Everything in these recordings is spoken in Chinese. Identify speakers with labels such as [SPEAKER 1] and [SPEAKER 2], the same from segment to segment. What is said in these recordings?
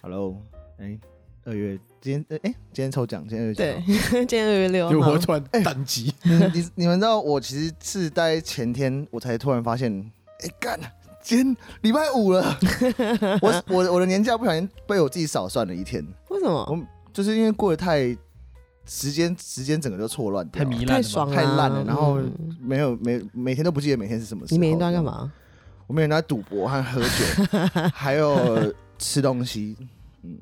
[SPEAKER 1] Hello，哎、二月今天呃哎、今天抽奖，今天二月几
[SPEAKER 2] 对
[SPEAKER 1] 号，
[SPEAKER 2] 今天二月六
[SPEAKER 3] 就
[SPEAKER 2] 号
[SPEAKER 3] 我，突然宕机，
[SPEAKER 1] 你你你们知道，我其实是在前天我才突然发现，哎、干，今天礼拜五 了，我我我的年假不小心被我自己少算了一天，
[SPEAKER 2] 为什么？
[SPEAKER 1] 我就是因为过得太时间时间整个就错乱掉
[SPEAKER 3] 太
[SPEAKER 1] 了，
[SPEAKER 3] 糜烂
[SPEAKER 2] 太
[SPEAKER 3] 了
[SPEAKER 2] 爽
[SPEAKER 3] 吧，
[SPEAKER 2] 了，
[SPEAKER 1] 太烂了，然后
[SPEAKER 2] 嗯
[SPEAKER 1] 没有每每天都不记得每天是什么时候。
[SPEAKER 2] 你每天都要干？嘛？
[SPEAKER 1] 我每天都在赌博和喝 酒，还有吃东西，嗯，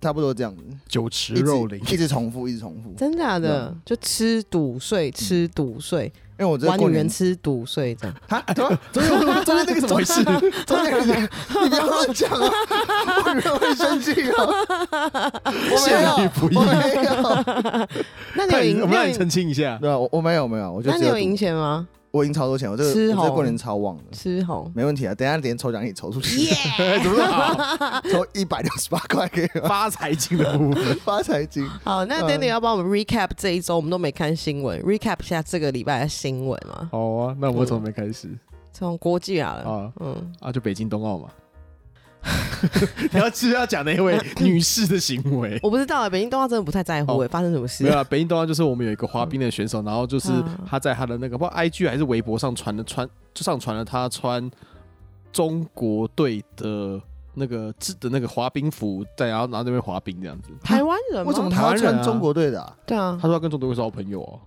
[SPEAKER 1] 差不多这样子，
[SPEAKER 3] 酒池
[SPEAKER 1] 一直
[SPEAKER 3] 肉林
[SPEAKER 1] 一直重复，一直重复。
[SPEAKER 2] 真假的？就吃赌睡，吃赌睡，
[SPEAKER 1] 因为我这
[SPEAKER 2] 玩
[SPEAKER 1] 过
[SPEAKER 2] 女
[SPEAKER 1] 年
[SPEAKER 2] 人吃赌睡 这样。
[SPEAKER 1] 啊，怎么
[SPEAKER 3] 中间中间 那个怎么回事？
[SPEAKER 1] 中间那个，你不要乱讲啊！我女人会生气啊！
[SPEAKER 3] 下
[SPEAKER 1] 我
[SPEAKER 3] 一不
[SPEAKER 1] 没
[SPEAKER 3] 一
[SPEAKER 1] 有，我没有。
[SPEAKER 2] 那你有
[SPEAKER 3] 太
[SPEAKER 2] 赢？
[SPEAKER 3] 我
[SPEAKER 2] 你
[SPEAKER 3] 们
[SPEAKER 2] 有
[SPEAKER 3] 让你
[SPEAKER 2] 赢
[SPEAKER 3] 澄清一 下，
[SPEAKER 1] 对啊，我我没有没有，我就
[SPEAKER 2] 那
[SPEAKER 1] 只
[SPEAKER 2] 你有
[SPEAKER 1] 赌
[SPEAKER 2] 赢，钱吗？
[SPEAKER 1] 我赢超多钱，我这
[SPEAKER 2] 吃
[SPEAKER 1] 个我这
[SPEAKER 2] 红
[SPEAKER 1] 过年超旺的，
[SPEAKER 2] 吃红。
[SPEAKER 1] 没问题啊。等一下连抽奖一起抽出去，
[SPEAKER 3] 怎么好
[SPEAKER 1] 抽一百六十八块给我
[SPEAKER 3] 发财经的部分？
[SPEAKER 1] 发财金。
[SPEAKER 2] 好，那
[SPEAKER 1] 嗯
[SPEAKER 2] Danny 要帮我们 recap 这一周，我们都没看新闻，recap 一下这个礼拜的新闻嘛？
[SPEAKER 3] 好啊，那我从没开始
[SPEAKER 2] 从国际来了，
[SPEAKER 3] 啊
[SPEAKER 2] 嗯，
[SPEAKER 3] 啊，就北京冬奥嘛。 你要是要讲那 位女士的行为，
[SPEAKER 2] 我不知道啊，北京冬奥真的不太在乎
[SPEAKER 3] 哦
[SPEAKER 2] 诶，发生什么事
[SPEAKER 3] 没？有啊，北京冬奥就是我们有一个滑冰的选手，然后就是
[SPEAKER 2] 嗯
[SPEAKER 3] 他在他的那个不知道 IG 还是微博上传的穿就上传了他穿中国队的那个织的那个滑冰服，在然后然后在那边滑冰这样子。
[SPEAKER 2] 台湾人吗？
[SPEAKER 1] 为什么
[SPEAKER 3] 台
[SPEAKER 1] 他要
[SPEAKER 3] 湾人啊
[SPEAKER 1] 穿中国队的啊？
[SPEAKER 2] 对啊
[SPEAKER 3] 他，说他跟中国队是好朋友哦、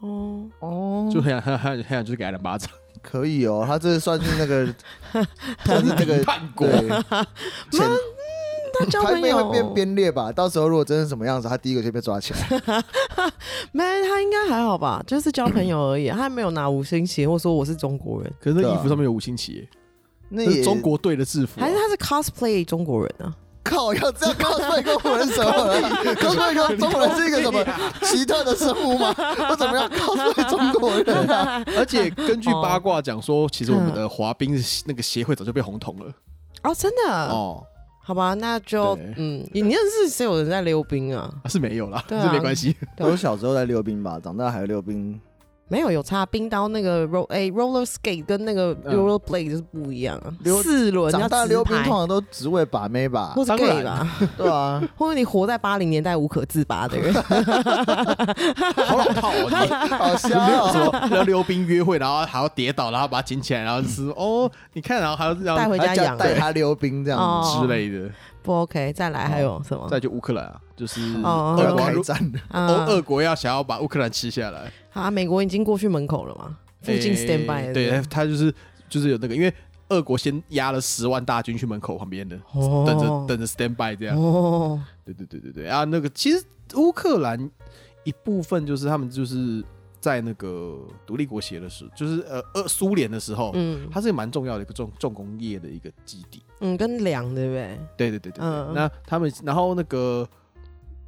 [SPEAKER 2] 哦，
[SPEAKER 1] 哦
[SPEAKER 3] 就很想很想很想就是给他两巴掌，
[SPEAKER 1] 可以哦，他这算是那个，他是那 个
[SPEAKER 3] 叛国。
[SPEAKER 1] 对，前
[SPEAKER 2] 他交
[SPEAKER 1] 他
[SPEAKER 2] 朋
[SPEAKER 1] 妹
[SPEAKER 2] 友
[SPEAKER 1] 会变编列吧？到时候如果真的是什么样子，他第一个就被抓起来。
[SPEAKER 2] 没，他应该还好吧，就是交朋友而已，他还没有拿五星旗，或说我是中国人，
[SPEAKER 3] 可是那
[SPEAKER 1] 对啊
[SPEAKER 3] 衣服上面有五星旗耶，
[SPEAKER 1] 那
[SPEAKER 3] 那
[SPEAKER 1] 也
[SPEAKER 3] 是中国队的制服啊、
[SPEAKER 2] 还是他是 cosplay 中国人啊？
[SPEAKER 1] 靠，要这样 cosplay 跟我人什么了？cosplay 跟中国人是一个什么奇特的生物吗？我怎么样 cosplay 中国人 啊？
[SPEAKER 3] 而且根据八卦讲说，其实我们的滑冰那个协会早就被红桶了
[SPEAKER 2] 哦，真的？
[SPEAKER 3] 哦，
[SPEAKER 2] 好吧，那就
[SPEAKER 3] 对
[SPEAKER 2] 嗯，你认识谁有人在溜冰啊？
[SPEAKER 3] 啊是没有啦，
[SPEAKER 2] 对啊
[SPEAKER 3] 这没关系。
[SPEAKER 2] 对
[SPEAKER 1] 我
[SPEAKER 2] 啊，
[SPEAKER 1] 小时候在溜冰吧，长大还溜冰。
[SPEAKER 2] 没有有差，冰刀那个 roll 哎 roller skate 跟那个
[SPEAKER 3] 嗯
[SPEAKER 2] roller blade 就是不一样啊，
[SPEAKER 1] 溜
[SPEAKER 2] 四轮
[SPEAKER 1] 长大
[SPEAKER 2] 要
[SPEAKER 1] 溜
[SPEAKER 2] 直
[SPEAKER 1] 冰
[SPEAKER 2] 排
[SPEAKER 1] 通。常都只为把妹吧
[SPEAKER 2] 或，是
[SPEAKER 3] 当
[SPEAKER 2] gay
[SPEAKER 3] 然
[SPEAKER 2] 吧，
[SPEAKER 1] 对啊，
[SPEAKER 2] 或者你活在八零年代无可自拔的人，
[SPEAKER 3] 好老套哦，你
[SPEAKER 1] 好笑
[SPEAKER 3] 没有什
[SPEAKER 1] 哦。
[SPEAKER 3] 么要溜冰约会，然后还要跌倒，然后把它捡起来，然后就是哦，你看，然后还要让
[SPEAKER 2] 带回家
[SPEAKER 1] 还叫
[SPEAKER 2] 养
[SPEAKER 1] 带他溜冰这样
[SPEAKER 2] 哦
[SPEAKER 1] 子，
[SPEAKER 3] 之类的。
[SPEAKER 2] 不哦 OK。再来还有什么？
[SPEAKER 3] 哦再就乌克兰啊，就是
[SPEAKER 2] 哦
[SPEAKER 3] 俄
[SPEAKER 1] 要
[SPEAKER 3] 国
[SPEAKER 1] 开
[SPEAKER 3] 如，
[SPEAKER 1] 战了。
[SPEAKER 2] 啊
[SPEAKER 3] 欧俄国要想要把乌克兰吃下来，
[SPEAKER 2] 好啊，美国已经过去门口了嘛，附近
[SPEAKER 3] 诶
[SPEAKER 2] stand by 了。
[SPEAKER 3] 对，他就是就是有那个，因为俄国先压了十万大军去门口旁边的，
[SPEAKER 2] 哦
[SPEAKER 3] 等着等着 stand by 这样。
[SPEAKER 2] 哦，
[SPEAKER 3] 对对对对对啊，那个其实乌克兰一部分就是他们就是在那个独立国协的时候，就是呃呃苏联的时候，
[SPEAKER 2] 嗯
[SPEAKER 3] 它是个蛮重要的一个重重工业的一个基地。
[SPEAKER 2] 嗯，跟梁对不对？
[SPEAKER 3] 对对对对对，
[SPEAKER 2] 嗯
[SPEAKER 3] 那他们然后那个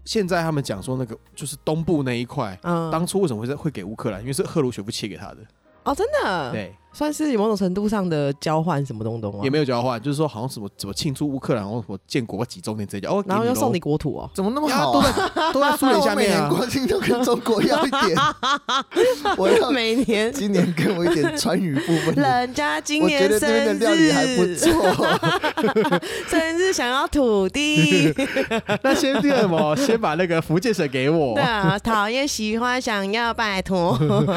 [SPEAKER 3] 现在他们讲说那个就是东部那一块。
[SPEAKER 2] 嗯，
[SPEAKER 3] 当初为什么会在会给乌克兰？因为是赫鲁雪夫切给他的，
[SPEAKER 2] 哦，真的，，
[SPEAKER 3] 对，
[SPEAKER 2] 算是某种程度上的交换什么东东啊，
[SPEAKER 3] 也没有交换，就是说好像什么怎么庆祝乌克兰或什么建国几周年这一家，哦，
[SPEAKER 2] 然后
[SPEAKER 3] 给
[SPEAKER 2] 又
[SPEAKER 3] 咯
[SPEAKER 2] 送 你国土哦，
[SPEAKER 1] 怎么那么
[SPEAKER 3] 呀
[SPEAKER 1] 好
[SPEAKER 3] 都
[SPEAKER 1] 啊？
[SPEAKER 3] 在都在苏联下
[SPEAKER 1] 我每
[SPEAKER 3] 面
[SPEAKER 1] 年
[SPEAKER 3] 啊，
[SPEAKER 1] 国庆都跟中国要一点，我要
[SPEAKER 2] 每 年
[SPEAKER 1] 今年给我一点川渝部分的。
[SPEAKER 2] 人家今
[SPEAKER 1] 我觉
[SPEAKER 2] 年
[SPEAKER 1] 得这边的
[SPEAKER 2] 生
[SPEAKER 1] 料理还不
[SPEAKER 2] 日，
[SPEAKER 1] 错，
[SPEAKER 2] 生日想要土 地，
[SPEAKER 3] 那先这个什么，先把那个福建省给我
[SPEAKER 2] 对。啊，讨厌喜欢想要拜 托，
[SPEAKER 1] 用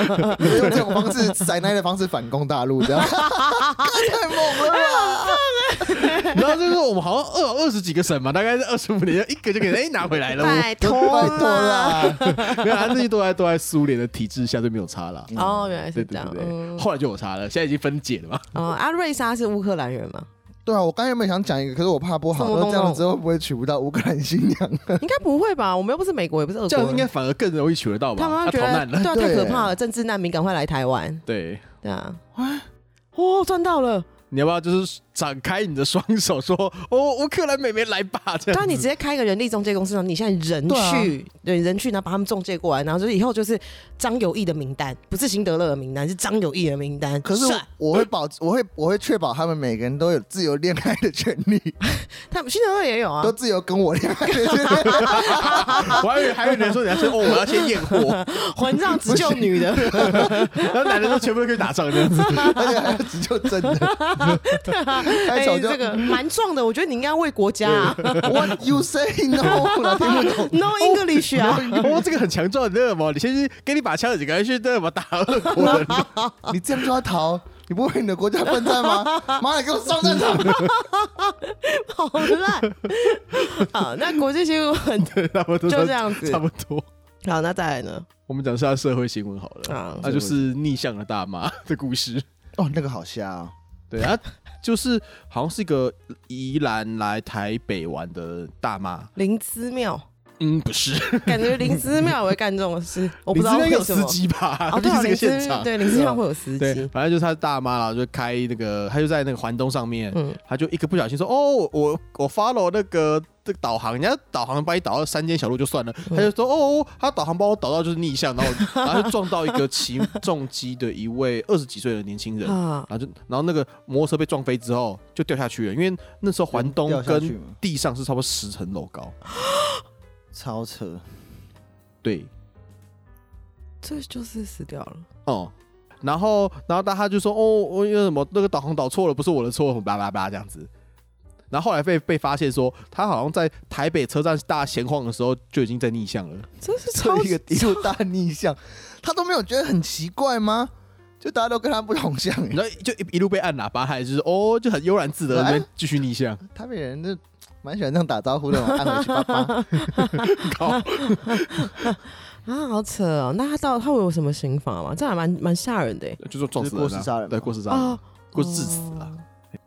[SPEAKER 1] 这种方式塞奶的方式反攻大陆，这 样太猛了吧！
[SPEAKER 3] 然后就是我们好像二二十几个省嘛，大概是二十五年，一个就给哎、拿回来 了。
[SPEAKER 2] 拜
[SPEAKER 1] 拜
[SPEAKER 2] 托
[SPEAKER 1] 托
[SPEAKER 2] 啦。
[SPEAKER 1] 啦，
[SPEAKER 3] 没有，他自己都在都在苏联的体制下就没有差了。
[SPEAKER 2] 哦，原来
[SPEAKER 3] 对
[SPEAKER 2] 是这
[SPEAKER 3] 对
[SPEAKER 2] 样
[SPEAKER 3] 对。对，
[SPEAKER 2] 嗯，
[SPEAKER 3] 后来就有差了，现在已经分解了嘛。
[SPEAKER 2] 哦，阿瑞莎是乌克兰人 嘛？
[SPEAKER 1] 对啊，我刚才原本想讲一个，可是我怕播好，
[SPEAKER 2] 什么
[SPEAKER 1] 那
[SPEAKER 2] 东
[SPEAKER 1] 这样子之后会不会娶不到乌克兰新娘？
[SPEAKER 2] 应该不会吧？我们又不是美国，也不是俄
[SPEAKER 3] 这样
[SPEAKER 2] 国
[SPEAKER 3] 应
[SPEAKER 2] 人，
[SPEAKER 3] 该反而更容易取得到吧？
[SPEAKER 2] 他们
[SPEAKER 3] 啊
[SPEAKER 2] 会觉
[SPEAKER 3] 逃
[SPEAKER 2] 得
[SPEAKER 3] 难了。
[SPEAKER 2] 对啊，太可
[SPEAKER 1] 对
[SPEAKER 2] 怕了，政治难民赶快来台湾，
[SPEAKER 3] 对，
[SPEAKER 2] 对啊。哦，赚到了！
[SPEAKER 3] 你要不要就是展开你的双手说，哦，乌克兰妹妹来吧，这
[SPEAKER 2] 对
[SPEAKER 3] 样
[SPEAKER 2] 啊，
[SPEAKER 3] 子。
[SPEAKER 2] 你直接开一个人力中介公司，然后你现在人
[SPEAKER 1] 对啊
[SPEAKER 2] 去，对人去，然后把他们中介过来，然后就是以后就是张有义的名单，不是辛德勒的名单，是张有义的名单。
[SPEAKER 1] 可是
[SPEAKER 2] 帅
[SPEAKER 1] 我会保，我会我会确保他们每个人都有自由恋爱的权利，
[SPEAKER 2] 他们辛德勒也 有啊
[SPEAKER 1] 都，自由跟我恋爱的权利。
[SPEAKER 3] 我还以为还有人说你要说哦，我要先验货，
[SPEAKER 2] 混账只救女 的，
[SPEAKER 3] 然后男的都全部都可以打仗这样子。
[SPEAKER 1] 而且还要只就真的，开
[SPEAKER 2] 哎
[SPEAKER 1] 场就
[SPEAKER 2] 这个蛮壮的，我觉得你应该为国家 啊
[SPEAKER 1] What you say no？然后听不懂，
[SPEAKER 2] ，No English 啊，
[SPEAKER 3] 哦，这个很强壮，你知道吗？你先去给你把枪，你赶快去那么打俄国人。
[SPEAKER 1] 你这样就要逃？你不为你的国家奋战吗？妈的，给我上战场！
[SPEAKER 3] 哦
[SPEAKER 2] 好烂。好，那国际新闻
[SPEAKER 3] 差不多
[SPEAKER 2] 就啊这样子
[SPEAKER 3] 差。不多。
[SPEAKER 2] 好，那再来呢？
[SPEAKER 3] 我们讲一下社会新闻好了，
[SPEAKER 2] 啊，
[SPEAKER 3] 那就是逆向的大妈的故事。
[SPEAKER 1] 哦，那个好瞎啊！
[SPEAKER 3] 对啊，就是好像是一个宜兰来台北玩的大妈。
[SPEAKER 2] 灵芝庙，
[SPEAKER 3] 嗯，不是，
[SPEAKER 2] 感觉灵芝庙也会干这种事，我不
[SPEAKER 3] 你
[SPEAKER 2] 知道
[SPEAKER 3] 这边
[SPEAKER 2] 为
[SPEAKER 3] 有
[SPEAKER 2] 什
[SPEAKER 3] 司
[SPEAKER 2] 么。
[SPEAKER 3] 机吧？
[SPEAKER 2] 哦，对
[SPEAKER 3] 毕竟
[SPEAKER 2] 啊，
[SPEAKER 3] 是
[SPEAKER 2] 灵
[SPEAKER 3] 个现
[SPEAKER 2] 芝
[SPEAKER 3] 场。
[SPEAKER 2] 对灵芝庙会有司
[SPEAKER 3] 对，
[SPEAKER 2] 机，
[SPEAKER 3] 反正就是她大妈啦，就开那个，她就在那个环东上面，
[SPEAKER 2] 嗯
[SPEAKER 3] 她就一个不小心说，哦，我我 follow 那个这个导航，人家导航把你导到山间小路就算了，
[SPEAKER 2] 嗯
[SPEAKER 3] 她就说，哦，她导航把我导到就是逆向，然后 我然后就撞到一个骑 重机的一位二十几岁的年轻人，
[SPEAKER 2] 啊，
[SPEAKER 3] 然后就然后那个摩托车被撞飞之后就掉下去了，因为那时候环东
[SPEAKER 1] 掉下去
[SPEAKER 3] 跟
[SPEAKER 1] 吗
[SPEAKER 3] 地上是差不多十层楼高，
[SPEAKER 1] 超扯，
[SPEAKER 3] 对，
[SPEAKER 2] 这就是死掉了。
[SPEAKER 3] 哦、然后然后大家就说哦，我因为什么那个导航导错了，不是我的错，巴拉巴拉这样子。然后后来被被发现说，他好像在台北车站大家闲晃的时候就已经在逆向 了。
[SPEAKER 2] 真是
[SPEAKER 1] 这
[SPEAKER 2] 超
[SPEAKER 1] 一个一路大逆向，他都没有觉得很奇怪吗？就大家都跟他不同向、欸，
[SPEAKER 3] 然后就一一路被按喇叭，还就是哦，就很悠然自得，那边继续逆向。
[SPEAKER 1] 台北人就蛮喜欢这样打招呼的嘛，按回去叭叭。
[SPEAKER 3] 靠，
[SPEAKER 2] 啊，好扯哦！那他到他会有什么刑罚吗？这还蛮蛮吓人的耶 欸
[SPEAKER 3] 就说撞死人、啊，
[SPEAKER 1] 就是过失杀人嘛
[SPEAKER 3] 对，过失杀人，
[SPEAKER 2] 啊，
[SPEAKER 3] 过失致死啊。
[SPEAKER 2] 哦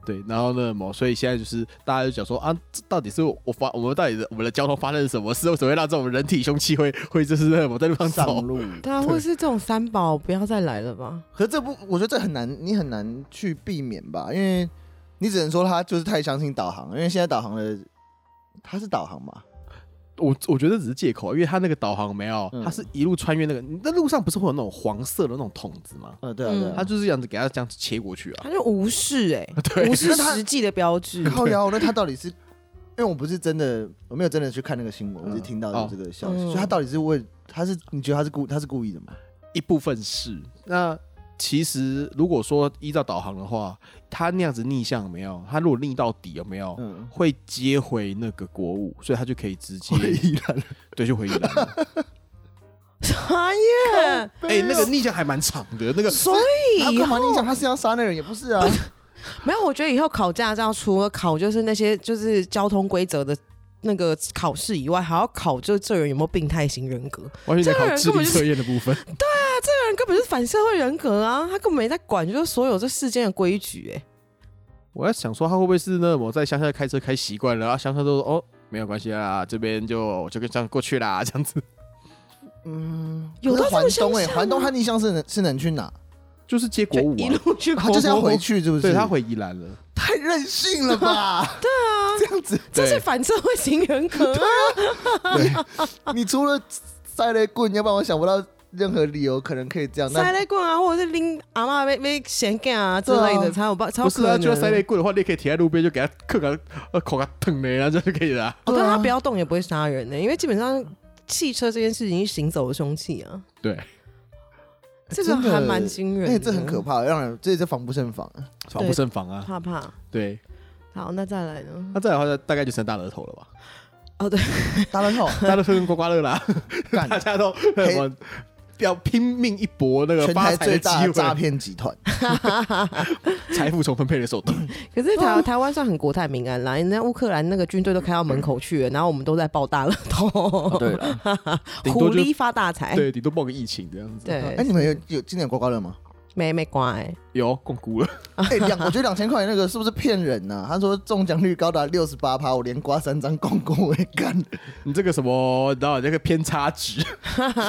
[SPEAKER 3] 对，然后呢，么，所以现在就是大家就讲说啊，这到底是我我发我们到底的我们的交通发生了什么事，为什么会让这种人体凶器会会就是我在路上走
[SPEAKER 1] 上？路，
[SPEAKER 2] 对啊，或是这种三宝不要再来了吧？
[SPEAKER 1] 可是这不，我觉得这很难，你很难去避免吧，因为你只能说他就是太相信导航，因为现在导航的他是导航嘛，
[SPEAKER 3] 我我觉得只是借口，因为他那个导航没有，
[SPEAKER 1] 嗯
[SPEAKER 3] 他是一路穿越那个，那路上不是会有那种黄色的那种筒子吗？
[SPEAKER 1] 呃，对啊，
[SPEAKER 2] 嗯
[SPEAKER 1] 对啊，
[SPEAKER 3] 他就是这样子给他这样子切过去啊。
[SPEAKER 2] 他就无 视哎、
[SPEAKER 3] 对
[SPEAKER 2] 无视
[SPEAKER 1] 那他
[SPEAKER 2] 实际的标志。
[SPEAKER 1] 靠腰，那他到底是？因为我不是真的，我没有真的去看那个新闻，我只是
[SPEAKER 3] 嗯
[SPEAKER 1] 听到
[SPEAKER 3] 哦
[SPEAKER 1] 有这个消息，
[SPEAKER 2] 嗯
[SPEAKER 1] 所以他到底是为他是你觉得他是故他是故意的吗？
[SPEAKER 3] 一部分是，那其实如果说依照导航的话，他那样子逆向有没有，他如果逆到底有没有，
[SPEAKER 1] 嗯，
[SPEAKER 3] 会接回那个国五，所以他就可以直接
[SPEAKER 1] 依然
[SPEAKER 3] 对就回宜兰 了。
[SPEAKER 2] 啥耶？
[SPEAKER 3] 哎、那个逆向还蛮长的，那个
[SPEAKER 2] 所
[SPEAKER 1] 他
[SPEAKER 2] 以以
[SPEAKER 1] 干嘛？
[SPEAKER 2] 后
[SPEAKER 1] 你讲他是要杀那人也不是啊，
[SPEAKER 2] 没有，我觉得以后考驾照除了考就是那些就是交通规则的。那个考试以外，还要考就是这人有没有病态型人格？这
[SPEAKER 3] 完全在
[SPEAKER 2] 这个
[SPEAKER 3] 考
[SPEAKER 2] 人
[SPEAKER 3] 智
[SPEAKER 2] 根本
[SPEAKER 3] 力
[SPEAKER 2] 就是
[SPEAKER 3] 测验的部分。
[SPEAKER 2] 个人根本就是反社会人格啊！他根本没在管，就是所有这世间的规矩、哎，
[SPEAKER 3] 我在想说，他会不会是那我在乡下开车开习惯了，然后乡下都说哦没有关系啊，这边就就跟这样过去啦，这样子
[SPEAKER 1] 嗯，
[SPEAKER 2] 有
[SPEAKER 1] 可
[SPEAKER 2] 到
[SPEAKER 1] 是
[SPEAKER 2] 这
[SPEAKER 1] 环
[SPEAKER 2] 么
[SPEAKER 1] 东
[SPEAKER 2] 乡
[SPEAKER 1] 哎，
[SPEAKER 2] 下
[SPEAKER 1] 环东
[SPEAKER 2] 吗
[SPEAKER 1] 他逆向是能是能去哪？
[SPEAKER 3] 就是接国
[SPEAKER 2] 就
[SPEAKER 3] 五
[SPEAKER 2] 一
[SPEAKER 3] 啊，
[SPEAKER 2] 路去国
[SPEAKER 1] 他就是要
[SPEAKER 2] 货
[SPEAKER 1] 回去，是不是？
[SPEAKER 3] 对他回宜兰了，
[SPEAKER 1] 太任性了吧？对啊，这样子，
[SPEAKER 2] 这是
[SPEAKER 3] 对
[SPEAKER 2] 反社会型人格、啊。
[SPEAKER 1] 你除了塞雷棍，要不然我想不到任何理由可能可以这样。
[SPEAKER 2] 塞
[SPEAKER 1] 那
[SPEAKER 2] 内棍啊，或者是拎阿妈被被嫌干啊之类
[SPEAKER 1] 对
[SPEAKER 2] 的，
[SPEAKER 1] 啊
[SPEAKER 2] 才有办，才有
[SPEAKER 3] 不是
[SPEAKER 2] 可
[SPEAKER 3] 啊，
[SPEAKER 2] 能。
[SPEAKER 3] 就算塞内棍的话，你也可以停在路边就给他 扣个呃口个疼嘞，然后这样就可以了啊。
[SPEAKER 2] 哦，
[SPEAKER 1] 对
[SPEAKER 2] 但
[SPEAKER 1] 啊
[SPEAKER 2] 他不要动也不会杀人欸呢、因为基本上汽车这件事情是行走的凶器啊，
[SPEAKER 3] 对，
[SPEAKER 2] 这个
[SPEAKER 1] 真的
[SPEAKER 2] 还蛮惊人
[SPEAKER 1] 哎，
[SPEAKER 2] 的，
[SPEAKER 1] 这很可怕，让人这这防不胜防。
[SPEAKER 3] 防不胜防啊。
[SPEAKER 2] 怕怕。
[SPEAKER 3] 对，
[SPEAKER 2] 好，那再来呢？
[SPEAKER 3] 那再来的话，大概就剩大乐透了 吧？
[SPEAKER 1] 大乱套，
[SPEAKER 3] 大乐透跟刮刮乐啦，
[SPEAKER 1] 干
[SPEAKER 3] 大家都呃
[SPEAKER 1] 嘿
[SPEAKER 3] 我要拼命一搏那个
[SPEAKER 1] 全
[SPEAKER 3] 发
[SPEAKER 1] 台
[SPEAKER 3] 财
[SPEAKER 1] 最
[SPEAKER 3] 的
[SPEAKER 1] 大的
[SPEAKER 3] 机
[SPEAKER 1] 诈
[SPEAKER 3] 会，
[SPEAKER 1] 骗集团，
[SPEAKER 3] 财富重分配的 手段。
[SPEAKER 2] 可是台台湾算很国泰民安啦，人家乌克兰那个军队都开到门口去了，然后我们都在爆大乐透，
[SPEAKER 1] 了，
[SPEAKER 3] 顶多
[SPEAKER 2] 狐
[SPEAKER 3] 就
[SPEAKER 2] 狸发大财，
[SPEAKER 3] 对，顶多报个疫情这样子。
[SPEAKER 2] 对
[SPEAKER 1] 哎，你们有有今年有刮刮乐吗？
[SPEAKER 2] 没没关、
[SPEAKER 3] 有共估了，
[SPEAKER 1] 哎，两我觉得两千块那个是不是骗人呐？他说中奖率高达六十八趴，我连刮三张公公我也干，
[SPEAKER 3] 你这个什么，然后那个偏差值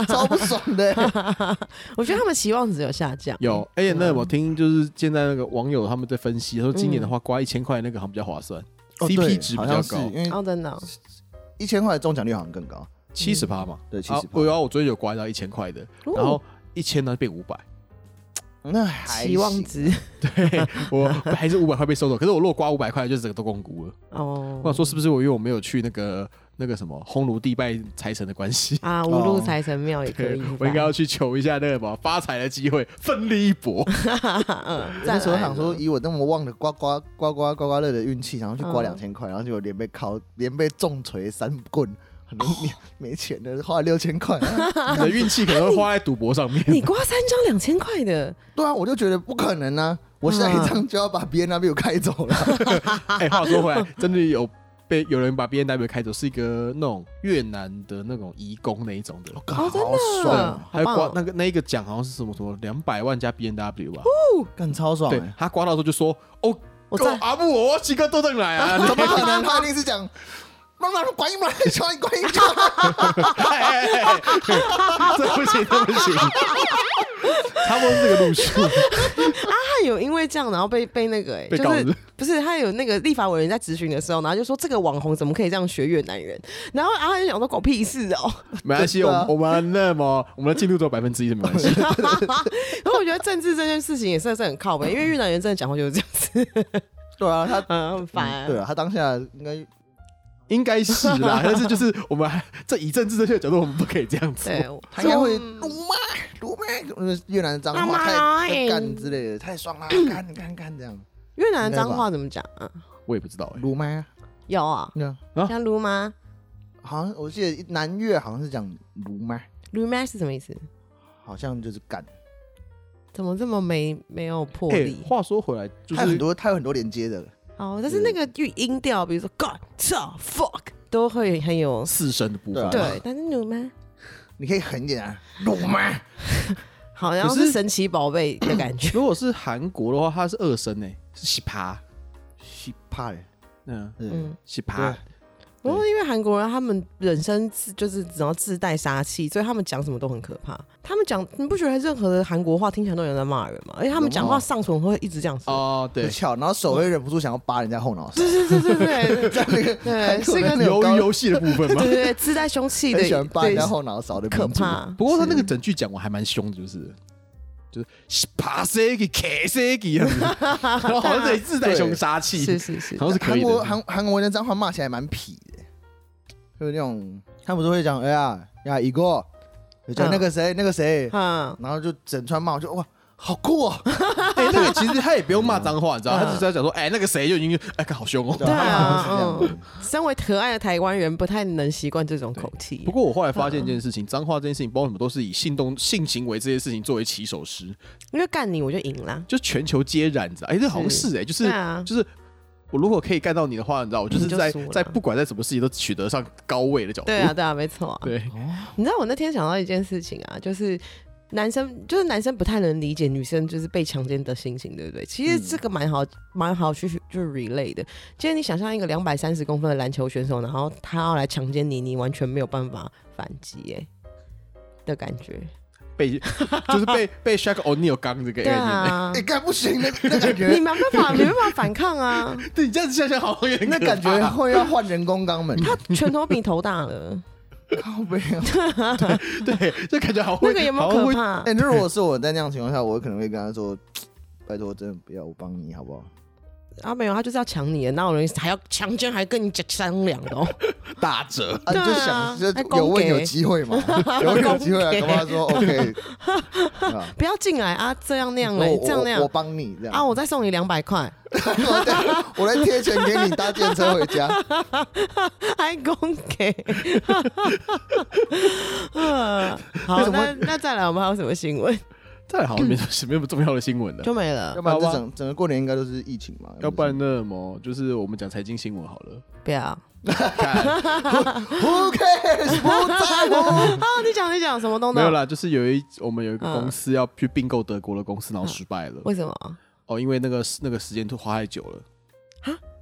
[SPEAKER 1] 超不爽的。欸
[SPEAKER 2] 我觉得他们期望值有下降，
[SPEAKER 3] 有。
[SPEAKER 1] 嗯
[SPEAKER 3] 而且
[SPEAKER 1] 啊
[SPEAKER 3] 那我听就是现在那个网友他们在分析，说今年的话刮一千块那个好像比较划算
[SPEAKER 1] 嗯哦对
[SPEAKER 3] ，CP 值比
[SPEAKER 1] 好
[SPEAKER 3] 较
[SPEAKER 1] 像是
[SPEAKER 3] 高，
[SPEAKER 1] 因为
[SPEAKER 2] 哦，真的哦、
[SPEAKER 1] 一千块的中奖率好像更高。
[SPEAKER 3] 七十趴嘛。
[SPEAKER 1] 对，嗯七
[SPEAKER 3] 啊
[SPEAKER 1] 十，
[SPEAKER 3] 我有啊我昨天有刮到一千块的，
[SPEAKER 2] 哦
[SPEAKER 3] 然后一千呢变五百，
[SPEAKER 1] 那还
[SPEAKER 2] 期望
[SPEAKER 1] 行
[SPEAKER 2] 值
[SPEAKER 3] 我还是五百块被收走。可是我如果刮五百块，就整个都共估了。
[SPEAKER 2] 哦
[SPEAKER 3] 我。想说是不是我因为我没有去那个那个什么烘炉地拜财神的关系。
[SPEAKER 2] 啊，五路财神庙也可以
[SPEAKER 3] 对，
[SPEAKER 2] 是吧，
[SPEAKER 3] 我应该要去求一下那个什么发财的机会，奋力一 搏。
[SPEAKER 2] 嗯，
[SPEAKER 1] 那
[SPEAKER 2] 再
[SPEAKER 1] 时候
[SPEAKER 2] 来
[SPEAKER 1] 想说，以我那么旺的刮刮刮刮刮刮乐的运气，然后去刮
[SPEAKER 2] 嗯
[SPEAKER 1] 两千块，然后结果连被敲，连被重锤三棍，很多 年没钱了，花了六千块。
[SPEAKER 3] 你的运气可能会花在赌博上面。
[SPEAKER 2] 你刮三张两千块的，
[SPEAKER 1] 对啊，我就觉得不可能啊！我下一
[SPEAKER 2] 嗯
[SPEAKER 1] 张就要把 B N W 开走了。
[SPEAKER 3] 哎、话说回来，真的有被有人把 B N W 开走，是一个那种越南的那种移工那一种的，
[SPEAKER 1] 好哦
[SPEAKER 2] 哦真的
[SPEAKER 1] 爽
[SPEAKER 2] 嗯
[SPEAKER 1] 啊，
[SPEAKER 3] 还
[SPEAKER 2] 好棒
[SPEAKER 3] 刮
[SPEAKER 2] 哦
[SPEAKER 3] 那个那一个奖好像是什么什么两百万加 B N W 吧？
[SPEAKER 1] 干超爽
[SPEAKER 3] 对
[SPEAKER 1] 欸！
[SPEAKER 3] 他刮到的时候就说：“哦，
[SPEAKER 2] 我
[SPEAKER 3] 够
[SPEAKER 2] 在
[SPEAKER 3] 阿布，我几个都能来 啊！”
[SPEAKER 1] 怎么可 能？他一定是讲，妈妈管一管，管一管一管。
[SPEAKER 3] 哎哎哎哎这不行，这不行，差不多是这个路数。
[SPEAKER 2] 他有因为这样，然后被被那个、欸，
[SPEAKER 3] 被
[SPEAKER 2] 就
[SPEAKER 3] 告是不
[SPEAKER 2] 是
[SPEAKER 3] 是
[SPEAKER 2] 不是他有那个立法委员在咨询的时候，然后就说这个网红怎么可以这样学越南人，然后阿汉就想说狗屁事哦、
[SPEAKER 3] 没关系，
[SPEAKER 1] 对
[SPEAKER 3] 我
[SPEAKER 1] 啊
[SPEAKER 3] 们我们那么我们的进度只有百分之一的没关系。
[SPEAKER 2] 然后我觉得政治这件事情也算是很靠背，因为越南人真的讲话就是这样子，
[SPEAKER 1] 对啊，他
[SPEAKER 2] 嗯，很烦、
[SPEAKER 1] 对啊，他当下应该
[SPEAKER 3] 应该是啦，但是就是我们还这以政治正确的角度，我们不可以这样做。
[SPEAKER 2] 对，我
[SPEAKER 1] 他应该会
[SPEAKER 2] 嗯
[SPEAKER 1] 鲁麦鲁麦，就是呃越南的脏话
[SPEAKER 2] 妈妈
[SPEAKER 1] 太
[SPEAKER 2] 哎嗯
[SPEAKER 1] 太干之类的，太爽啦，干干干这样。
[SPEAKER 2] 越南的脏话怎么讲啊？
[SPEAKER 3] 我也不知道哎、
[SPEAKER 1] 鲁麦啊，
[SPEAKER 2] 有啊，
[SPEAKER 1] 对啊，
[SPEAKER 3] 啊
[SPEAKER 2] 像卢吗？
[SPEAKER 1] 好像我记得南越好像是讲鲁麦，
[SPEAKER 2] 卢麦是什么意思？
[SPEAKER 1] 好像就是干。
[SPEAKER 2] 怎么这么没没有魄
[SPEAKER 3] 哎、
[SPEAKER 2] 力？
[SPEAKER 3] 话说回来，就
[SPEAKER 1] 它有很
[SPEAKER 3] 是
[SPEAKER 1] 多，它有很多连接的。
[SPEAKER 2] 哦，但是那个语音调，比如说 God、操 Fuck，都会很有
[SPEAKER 3] 四声的部分。
[SPEAKER 1] 对啊
[SPEAKER 2] 对，但是卢吗？
[SPEAKER 1] 你可以狠一点啊，鲁麦。
[SPEAKER 2] 好像
[SPEAKER 3] 可
[SPEAKER 2] 是
[SPEAKER 3] 是
[SPEAKER 2] 神奇宝贝的感觉。
[SPEAKER 3] 如果是韩国的话，它是二声呢、是喜爬，
[SPEAKER 1] 西帕嘞，
[SPEAKER 3] 嗯，
[SPEAKER 1] 嗯，
[SPEAKER 2] 嗯，
[SPEAKER 3] 喜
[SPEAKER 1] 对
[SPEAKER 3] 爬
[SPEAKER 1] 啊。
[SPEAKER 2] 不过因为韩国人他们本身自就是只要自带杀气，所以他们讲什么都很可怕。他们讲你不觉得任何的韩国话听起来都有人在骂人吗？而且他们讲话上唇会一直这样子。
[SPEAKER 3] 哦，
[SPEAKER 1] 就
[SPEAKER 3] 对，
[SPEAKER 1] 翘，然后手会忍不住想要扒人家后脑勺，
[SPEAKER 2] 对对对对对
[SPEAKER 1] 在那个
[SPEAKER 2] 对，是
[SPEAKER 1] 韩国人
[SPEAKER 2] 个
[SPEAKER 1] 有
[SPEAKER 3] 鱿
[SPEAKER 1] 高
[SPEAKER 3] 鱼游戏的部分 吗
[SPEAKER 2] 对？对对自带凶器的，
[SPEAKER 1] 很喜欢扒人
[SPEAKER 2] 对
[SPEAKER 1] 家后脑勺的，
[SPEAKER 2] 可。怕。
[SPEAKER 3] 不过他那个整句讲完还蛮凶的，就是就是喜爬 C G K C G 样子，然后好像得自带凶杀气，
[SPEAKER 2] 是是是，
[SPEAKER 3] 好像是可
[SPEAKER 1] 啊韩
[SPEAKER 3] 以
[SPEAKER 1] 国
[SPEAKER 3] 的。
[SPEAKER 1] 韩韩国人的脏话骂起来蛮痞的，就是那种他们都会讲哎呀呀一个，讲那个谁那个谁，
[SPEAKER 2] 嗯，
[SPEAKER 1] 然后就整串骂，我就哇好酷哦， 嗯
[SPEAKER 3] 哎，那个其实他也不用骂脏话，你 知道，他只是在讲说，哎，那个谁就已经哎，看好凶哦。
[SPEAKER 1] 对
[SPEAKER 2] 对啊
[SPEAKER 1] 他们好像是这样
[SPEAKER 2] 身为可爱的台湾人，不太能习惯这种口气
[SPEAKER 3] 不。过我后来发现一件事情，脏话这件事情，包括你们都是以性动性行为这些事情作为起手式，
[SPEAKER 2] 因为干你我就赢啦。
[SPEAKER 3] 就全球皆然，你知道？哎，这好像是哎，就是
[SPEAKER 2] 对啊，
[SPEAKER 3] 就是我如果可以干到你的话，你知道，我就是
[SPEAKER 2] 你就
[SPEAKER 3] 在
[SPEAKER 2] 输了
[SPEAKER 3] 在不管在什么事情都取得上高位的角度。
[SPEAKER 2] 对啊，对啊，没错啊。
[SPEAKER 3] 对，
[SPEAKER 2] 你知道我那天想到一件事情啊，就是男生就是男生不太能理解女生就是被强奸的心情，对
[SPEAKER 3] 嗯
[SPEAKER 2] 不对？其实这个蛮好蛮好去就是 relay 的。今天你想象一个两百三十公分的篮球选手，然后他要来强奸你，你完全没有办法反击耶、的感觉。
[SPEAKER 3] 被 就是被被 Shaq O'Neal 刚这个
[SPEAKER 2] 对
[SPEAKER 3] 概念。
[SPEAKER 2] 啊
[SPEAKER 1] 哎，，干不行，那那感
[SPEAKER 2] 你
[SPEAKER 1] 觉
[SPEAKER 2] 没办法，没办法反抗啊！
[SPEAKER 3] 对你这样子想想好像有点
[SPEAKER 1] 那
[SPEAKER 3] 可
[SPEAKER 1] 感觉
[SPEAKER 3] 怕
[SPEAKER 1] 会要换人工肛门，
[SPEAKER 2] 他拳头比你头大了，
[SPEAKER 1] 靠背哦。
[SPEAKER 3] 对，就感觉好
[SPEAKER 2] 那
[SPEAKER 3] 会
[SPEAKER 2] 个有没有
[SPEAKER 3] 好像
[SPEAKER 2] 可
[SPEAKER 3] 会
[SPEAKER 2] 怕？
[SPEAKER 1] 哎，那如果是我在那样情况下，我可能会跟他说，拜托真的不要，我帮你好不好？
[SPEAKER 2] 啊，没有，他就是要抢你，哪有人还要强奸还跟你讲商量的、哦？
[SPEAKER 3] 打折。
[SPEAKER 1] 啊，
[SPEAKER 2] 对
[SPEAKER 1] 就
[SPEAKER 2] 啊
[SPEAKER 1] 想
[SPEAKER 2] 还
[SPEAKER 1] 就
[SPEAKER 2] 攻
[SPEAKER 1] 有问
[SPEAKER 2] 给
[SPEAKER 1] 有机会嘛，有问有机会啊，
[SPEAKER 2] 攻给
[SPEAKER 1] 跟他说 OK，对吧
[SPEAKER 2] 不要进来啊，这样那样嘞
[SPEAKER 1] 我，
[SPEAKER 2] 这样那
[SPEAKER 1] 我我
[SPEAKER 2] 样
[SPEAKER 1] 帮你这样
[SPEAKER 2] 啊，我再送你两百块，
[SPEAKER 1] 我来我来贴钱给你搭电车回家，
[SPEAKER 2] 还公给。 嗯好，那那再来，我们还有什么新闻？
[SPEAKER 3] 再来 好像没什么没什么重要的新闻了
[SPEAKER 2] 就，没了
[SPEAKER 1] 要，不然
[SPEAKER 3] 好
[SPEAKER 1] 这
[SPEAKER 3] 吧
[SPEAKER 1] 整整个过年应该都是疫情嘛，
[SPEAKER 3] 要不然那么就是我们讲财经新闻好了。
[SPEAKER 2] 不要。啊，
[SPEAKER 3] 看
[SPEAKER 1] Who cares？不在 乎。
[SPEAKER 2] 哦你讲你讲什么东
[SPEAKER 3] 没有
[SPEAKER 2] 东？
[SPEAKER 3] 啦，就是有一我们有一个
[SPEAKER 2] 嗯
[SPEAKER 3] 公司要去并购德国的公司，然后失败了。
[SPEAKER 2] 为什么
[SPEAKER 3] 哦，因为那个那个时间都花太久了。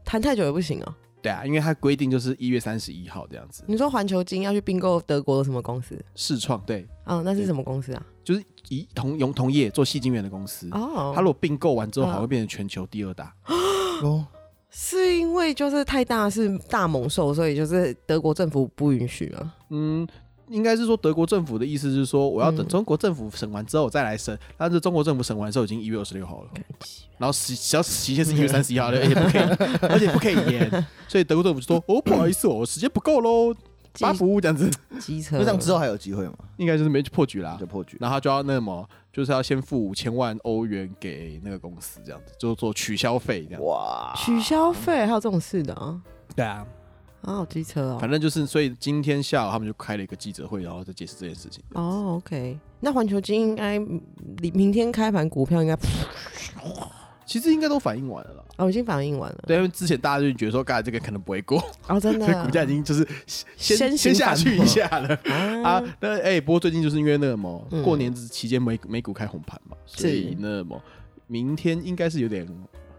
[SPEAKER 2] 谈太久也不行哦？
[SPEAKER 3] 对啊，因为它规定就是一月三十一号这样子。
[SPEAKER 2] 你说环球金要去并购德国的什么公司？
[SPEAKER 3] 视创对，
[SPEAKER 2] 哦，那是什么公司啊？
[SPEAKER 3] 就是一同用同业做细晶圆的公司，它如
[SPEAKER 2] 哦，
[SPEAKER 3] 果并购完之后，
[SPEAKER 2] 嗯
[SPEAKER 3] 还会变成全球第二大。
[SPEAKER 1] 哦，
[SPEAKER 2] 是因为就是太大是大猛兽，所以就是德国政府不允许啊。
[SPEAKER 3] 嗯，应该是说德国政府的意思是说，我要等
[SPEAKER 2] 嗯
[SPEAKER 3] 中国政府审完之后我再来审，但是中国政府审完之后已经一月二十六号了，然后时只要期限是一 月哦三十一号了，而且不可以，而且不可以延，所以德国政府就说，哦，不好意思，我时间不够喽，
[SPEAKER 2] 机
[SPEAKER 3] 八服务这样子，
[SPEAKER 2] 机车啊
[SPEAKER 1] 那这样之后还有机会吗？
[SPEAKER 3] 应该就是没破局啦
[SPEAKER 1] 就。破局。
[SPEAKER 3] 然后他就要那么，就是要先付五千万欧元给那个公司，这样子，就做取消费这样。
[SPEAKER 1] 哇，。
[SPEAKER 2] 取消费还有这种事的啊？
[SPEAKER 3] 对啊，
[SPEAKER 2] 啊，好机车哦
[SPEAKER 3] 反。正就是，所以今天下午他们就开了一个记者会，然后再解释这件事情。
[SPEAKER 2] 哦，OK，那环球金应该嗯明明天开盘股票应该
[SPEAKER 3] 其实应该都反映完了啦。
[SPEAKER 2] 哦已经反应完了。
[SPEAKER 3] 对，因为之前大家就觉得说，刚才这个可能不会过，
[SPEAKER 2] 哦，真的
[SPEAKER 3] 所以
[SPEAKER 2] 啊
[SPEAKER 3] 股价已经就是先
[SPEAKER 2] 先
[SPEAKER 3] 先
[SPEAKER 2] 行
[SPEAKER 3] 下
[SPEAKER 2] 反
[SPEAKER 3] 去一
[SPEAKER 2] 驳
[SPEAKER 3] 下了。啊
[SPEAKER 2] 啊，，
[SPEAKER 3] 那哎、不过最近就是因为那个么，
[SPEAKER 2] 嗯
[SPEAKER 3] 过年期间美美股开红盘嘛，所以
[SPEAKER 2] 是
[SPEAKER 3] 那么明天应该是有点，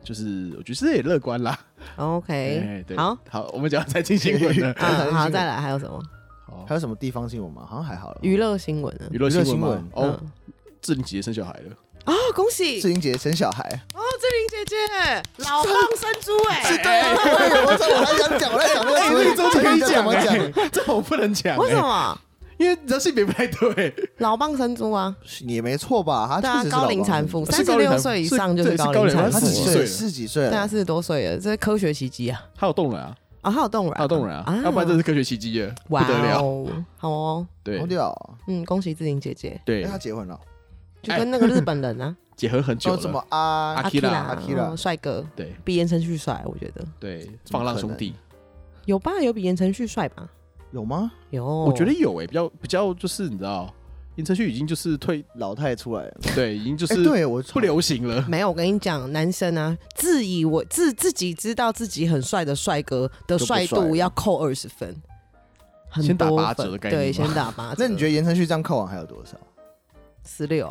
[SPEAKER 3] 就是我觉得是也乐观啦。哎
[SPEAKER 2] OK，
[SPEAKER 3] 对
[SPEAKER 2] 好，
[SPEAKER 3] 好，我们讲财经新闻了
[SPEAKER 1] 刚才
[SPEAKER 2] 嗯，
[SPEAKER 1] 是
[SPEAKER 2] 好，
[SPEAKER 1] 新
[SPEAKER 2] 再
[SPEAKER 1] 闻
[SPEAKER 2] 来还有什么
[SPEAKER 3] 好
[SPEAKER 1] 还有什么地方新闻吗？好像还好了。
[SPEAKER 2] 娱乐新闻呢？
[SPEAKER 3] 娱乐
[SPEAKER 1] 娱乐
[SPEAKER 3] 新闻嘛
[SPEAKER 1] 新
[SPEAKER 3] 哦，
[SPEAKER 2] 嗯
[SPEAKER 3] 志玲姐姐生小孩了，
[SPEAKER 2] 啊，恭喜
[SPEAKER 1] 志英姐生小孩，
[SPEAKER 2] 哦，志玲姐姐老蚌生珠哎，
[SPEAKER 1] 对，我在我在想讲，我在想那
[SPEAKER 3] 哎，这
[SPEAKER 1] 个
[SPEAKER 3] 个
[SPEAKER 1] 成语
[SPEAKER 3] 周可
[SPEAKER 1] 成
[SPEAKER 3] 以
[SPEAKER 1] 语叫怎
[SPEAKER 3] 讲
[SPEAKER 1] 么讲？
[SPEAKER 3] 哎，这我不能讲，
[SPEAKER 2] 为什
[SPEAKER 3] 哎？
[SPEAKER 2] 么
[SPEAKER 3] 因为人性别不太对，
[SPEAKER 2] 老蚌生珠啊？
[SPEAKER 1] 也没错吧？他
[SPEAKER 2] 对
[SPEAKER 1] 确
[SPEAKER 2] 啊
[SPEAKER 1] 实，是
[SPEAKER 2] 高
[SPEAKER 1] 老
[SPEAKER 2] 龄
[SPEAKER 1] 王哦
[SPEAKER 2] 产妇，
[SPEAKER 3] 是
[SPEAKER 2] 三
[SPEAKER 3] 高
[SPEAKER 2] 十
[SPEAKER 3] 龄产
[SPEAKER 2] 六
[SPEAKER 3] 妇
[SPEAKER 2] 岁以
[SPEAKER 3] 是
[SPEAKER 2] 上就
[SPEAKER 3] 对是
[SPEAKER 2] 高
[SPEAKER 3] 高
[SPEAKER 2] 龄
[SPEAKER 3] 龄
[SPEAKER 1] 他
[SPEAKER 2] 产
[SPEAKER 3] 产
[SPEAKER 2] 妇
[SPEAKER 3] 妇
[SPEAKER 1] 四
[SPEAKER 3] 40
[SPEAKER 1] 几
[SPEAKER 2] 了，
[SPEAKER 1] 岁，
[SPEAKER 3] 岁了
[SPEAKER 1] 四十几岁
[SPEAKER 2] 对啊，
[SPEAKER 1] 了，
[SPEAKER 2] 四十多岁了，这是科学奇迹啊！
[SPEAKER 3] 她有冻卵啊，
[SPEAKER 2] 啊，还有冻
[SPEAKER 3] 她
[SPEAKER 2] 卵，
[SPEAKER 3] 有冻卵啊，
[SPEAKER 2] 啊
[SPEAKER 3] 要不然这是科学奇迹了，不
[SPEAKER 2] 哇
[SPEAKER 3] 得了。
[SPEAKER 2] 哦，好哦，
[SPEAKER 3] 对
[SPEAKER 1] 好屌哦！
[SPEAKER 2] 嗯，恭喜志玲姐姐，
[SPEAKER 1] 哎，
[SPEAKER 3] 对，
[SPEAKER 1] 他结婚了，
[SPEAKER 2] 就跟那个日本人啊，
[SPEAKER 3] 结合很久
[SPEAKER 1] 哦，怎
[SPEAKER 3] 了，
[SPEAKER 1] 么啊？
[SPEAKER 3] 哎 阿 Akira，
[SPEAKER 1] Akira
[SPEAKER 2] 嗯帅哥，
[SPEAKER 3] 对
[SPEAKER 2] 比言承旭帅，我觉得
[SPEAKER 3] 对，放浪兄弟，
[SPEAKER 2] 有吧，有比言承旭帅吧？
[SPEAKER 1] 有吗？
[SPEAKER 2] 有，
[SPEAKER 3] 我
[SPEAKER 2] 我
[SPEAKER 3] 觉得有欸诶，比较比较就是你知道，言承旭已经就是退
[SPEAKER 1] 老太出来了，
[SPEAKER 3] 对，已经就
[SPEAKER 1] 哎，
[SPEAKER 3] 是
[SPEAKER 1] 对我
[SPEAKER 3] 不，流行了。
[SPEAKER 2] 没有，我跟你讲，男生啊，自以为自自己知道自己很帅的帅哥的
[SPEAKER 1] 就不
[SPEAKER 2] 帅
[SPEAKER 1] 帅了
[SPEAKER 2] 度要扣二十分，很
[SPEAKER 3] 先打
[SPEAKER 2] 多
[SPEAKER 3] 八折
[SPEAKER 2] 分
[SPEAKER 3] 的概念
[SPEAKER 2] 对，
[SPEAKER 3] 吗
[SPEAKER 2] 先打八 折。
[SPEAKER 1] 那你觉得言承旭这样扣完还有多少？
[SPEAKER 2] 十六？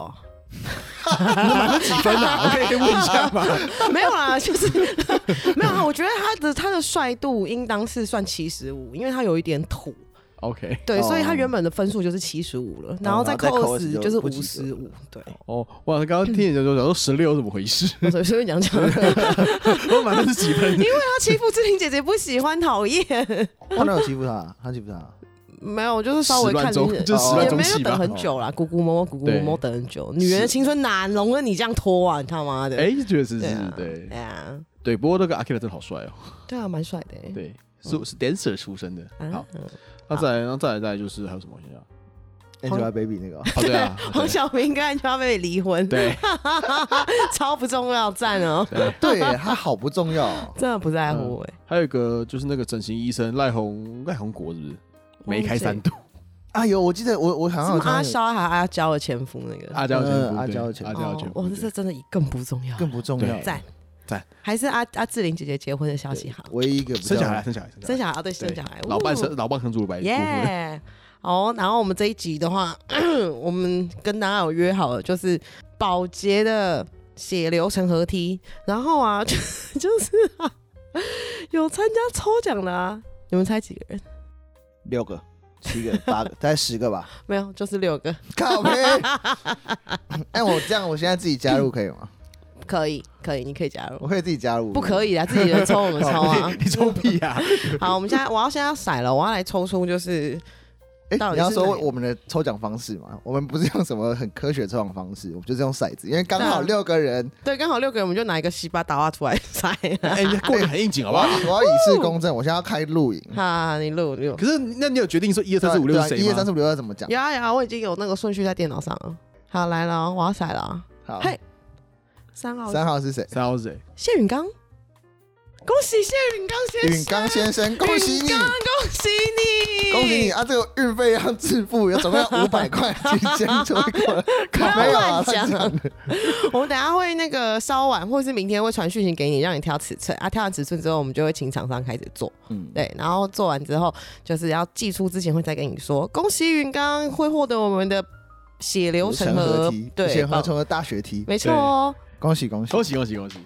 [SPEAKER 3] 几分 啊？我可以先问一下吗？
[SPEAKER 2] 没有啦，就是 没有啊。我觉得他的他的帅度应当是算七十五，因为他有一点土，
[SPEAKER 3] OK，
[SPEAKER 2] 对，
[SPEAKER 1] 哦
[SPEAKER 2] 所以他原本的分数就是七十五了，然后再
[SPEAKER 1] 然后再
[SPEAKER 2] 扣
[SPEAKER 1] 扣
[SPEAKER 2] 二十
[SPEAKER 1] 20
[SPEAKER 2] 就是
[SPEAKER 1] 就不
[SPEAKER 2] 五
[SPEAKER 1] 及
[SPEAKER 2] 十
[SPEAKER 1] 格
[SPEAKER 2] 五，对。
[SPEAKER 3] 哦，哇，刚刚听你讲说，讲说十六怎么回事？
[SPEAKER 2] 我随随便讲 讲，因为
[SPEAKER 3] 我马上是几分？
[SPEAKER 2] 他欺负志玲姐姐不喜欢，讨厌。
[SPEAKER 1] 他哪有欺负他？他欺负他？
[SPEAKER 2] 没有，就是稍微看
[SPEAKER 3] 始乱终
[SPEAKER 2] 一下
[SPEAKER 3] 就是
[SPEAKER 1] 始乱
[SPEAKER 2] 也
[SPEAKER 1] 终
[SPEAKER 2] 没
[SPEAKER 3] 弃
[SPEAKER 2] 有
[SPEAKER 3] 吧哦
[SPEAKER 2] 等很久啦，咕咕摸摸，咕咕摸摸等很久。女人的青春哪容得你这样拖啊？你他妈的！
[SPEAKER 3] 哎，确实
[SPEAKER 2] 对
[SPEAKER 3] 是
[SPEAKER 2] 啊，
[SPEAKER 3] 对
[SPEAKER 2] 哎呀，
[SPEAKER 3] 对，不过那个阿 K 真的好帅哦，
[SPEAKER 2] 对啊，蛮帅的欸。
[SPEAKER 3] 对，是是 dancer 出身的。
[SPEAKER 2] 啊，
[SPEAKER 3] 好，
[SPEAKER 2] 嗯
[SPEAKER 3] 那再来，那再来，再来就是还有什么？我想想，哦，
[SPEAKER 1] Angelababy 那个哦，
[SPEAKER 3] 对啊，
[SPEAKER 2] 黄晓明跟安家被离婚，
[SPEAKER 3] 对
[SPEAKER 2] 超不重要，赞哦，
[SPEAKER 3] 对，
[SPEAKER 1] 对他好不重要哦，
[SPEAKER 2] 真的不在乎哎。
[SPEAKER 3] 还有一个就是那个整形医生赖宏赖宏国是不是？梅开三啊度，
[SPEAKER 1] 啊有，我记得我我好
[SPEAKER 2] 什
[SPEAKER 1] 像有
[SPEAKER 2] 么
[SPEAKER 1] 听到
[SPEAKER 2] 阿
[SPEAKER 1] 那个
[SPEAKER 2] 萧还阿娇的前夫那个，
[SPEAKER 3] 阿娇前
[SPEAKER 1] 嗯
[SPEAKER 3] 夫，
[SPEAKER 1] 阿娇的
[SPEAKER 3] 对
[SPEAKER 1] 前
[SPEAKER 3] 阿
[SPEAKER 1] 夫
[SPEAKER 3] 娇的
[SPEAKER 2] 哦
[SPEAKER 3] 前，夫
[SPEAKER 2] 哇，，这
[SPEAKER 3] 对
[SPEAKER 2] 真的一更不重要，
[SPEAKER 1] 更不重要
[SPEAKER 3] 对，
[SPEAKER 2] 赞
[SPEAKER 3] 赞，
[SPEAKER 2] 还是阿阿志玲姐姐结婚的消息好，
[SPEAKER 1] 唯一一个不
[SPEAKER 3] 生小
[SPEAKER 1] 叫
[SPEAKER 3] 孩，生小孩，生小孩
[SPEAKER 2] 生小孩啊对，
[SPEAKER 3] 对
[SPEAKER 2] 生小孩，
[SPEAKER 3] 老
[SPEAKER 2] 呜
[SPEAKER 3] 伴生老伴生猪的白骨灰，。
[SPEAKER 2] 耶！哦，然后我们这一集的话， 我们跟大家有约好了，就是保洁的血流成河梯，然后啊， 就就是啊，有参加抽奖的啊，你们猜几个人？
[SPEAKER 1] 六个、七个、八个，大概十个吧。
[SPEAKER 2] 没有，就是六个，
[SPEAKER 1] 靠背。 哎，我这样，我现在自己加入可以吗？
[SPEAKER 2] 可以，可以，你可以加入
[SPEAKER 1] 我。可以自己加入？
[SPEAKER 2] 不可以啊，自己人抽我们抽啊
[SPEAKER 3] 你臭屁啊呀！
[SPEAKER 2] 好，我们现在我要现在要骰了，我要来抽出就是
[SPEAKER 1] 哎、
[SPEAKER 2] 到底
[SPEAKER 1] 你要
[SPEAKER 2] 是
[SPEAKER 1] 说
[SPEAKER 2] 哪一个
[SPEAKER 1] 我们的抽奖方式嘛？我们不是用什么很科学的抽奖方式，我们就是用骰子，因为刚好
[SPEAKER 2] 对啊
[SPEAKER 1] 六个人，
[SPEAKER 2] 对，刚好六个人，我们就拿一个西巴达瓦出来 骰。
[SPEAKER 3] 哎，人家过得很应景，好
[SPEAKER 1] 我
[SPEAKER 3] 不
[SPEAKER 1] 要
[SPEAKER 3] 好？
[SPEAKER 1] 我要以示公正，我现在要开录影。啊
[SPEAKER 2] 哈，你录你录。
[SPEAKER 3] 可是，那你有决定说一二三四五六是谁吗？
[SPEAKER 1] 一二三四五六要怎么讲？
[SPEAKER 2] 有啊有啊，我已经有那个顺序在电脑上了。好，来了哦，我要骰了哦。
[SPEAKER 1] 好，
[SPEAKER 2] 嘿三号
[SPEAKER 1] 三号是谁？
[SPEAKER 3] 三号是谁？
[SPEAKER 2] 谢允刚，恭喜谢允刚先生，
[SPEAKER 1] 允刚先生，恭喜你
[SPEAKER 2] 允，刚恭喜你，
[SPEAKER 1] 恭喜你！啊！这个运费要自付，总 共要五百块，请先抽一个。没有啊，
[SPEAKER 2] 不要乱讲
[SPEAKER 1] 乱的
[SPEAKER 2] 我们等一下会那个稍晚，或是明天会传讯息给你，让你挑尺寸啊。挑完尺寸之后，我们就会请厂商开始做，
[SPEAKER 1] 嗯，
[SPEAKER 2] 对，然后做完之后，就是要寄出之前会再跟你说，恭喜允刚会获得我们的血流成
[SPEAKER 1] 成
[SPEAKER 2] 河
[SPEAKER 1] 梯，，
[SPEAKER 2] 对，
[SPEAKER 1] 血流
[SPEAKER 2] 报
[SPEAKER 1] 成河大学梯，
[SPEAKER 2] 没错哦。
[SPEAKER 1] 恭喜恭喜！
[SPEAKER 3] 恭喜恭喜恭喜！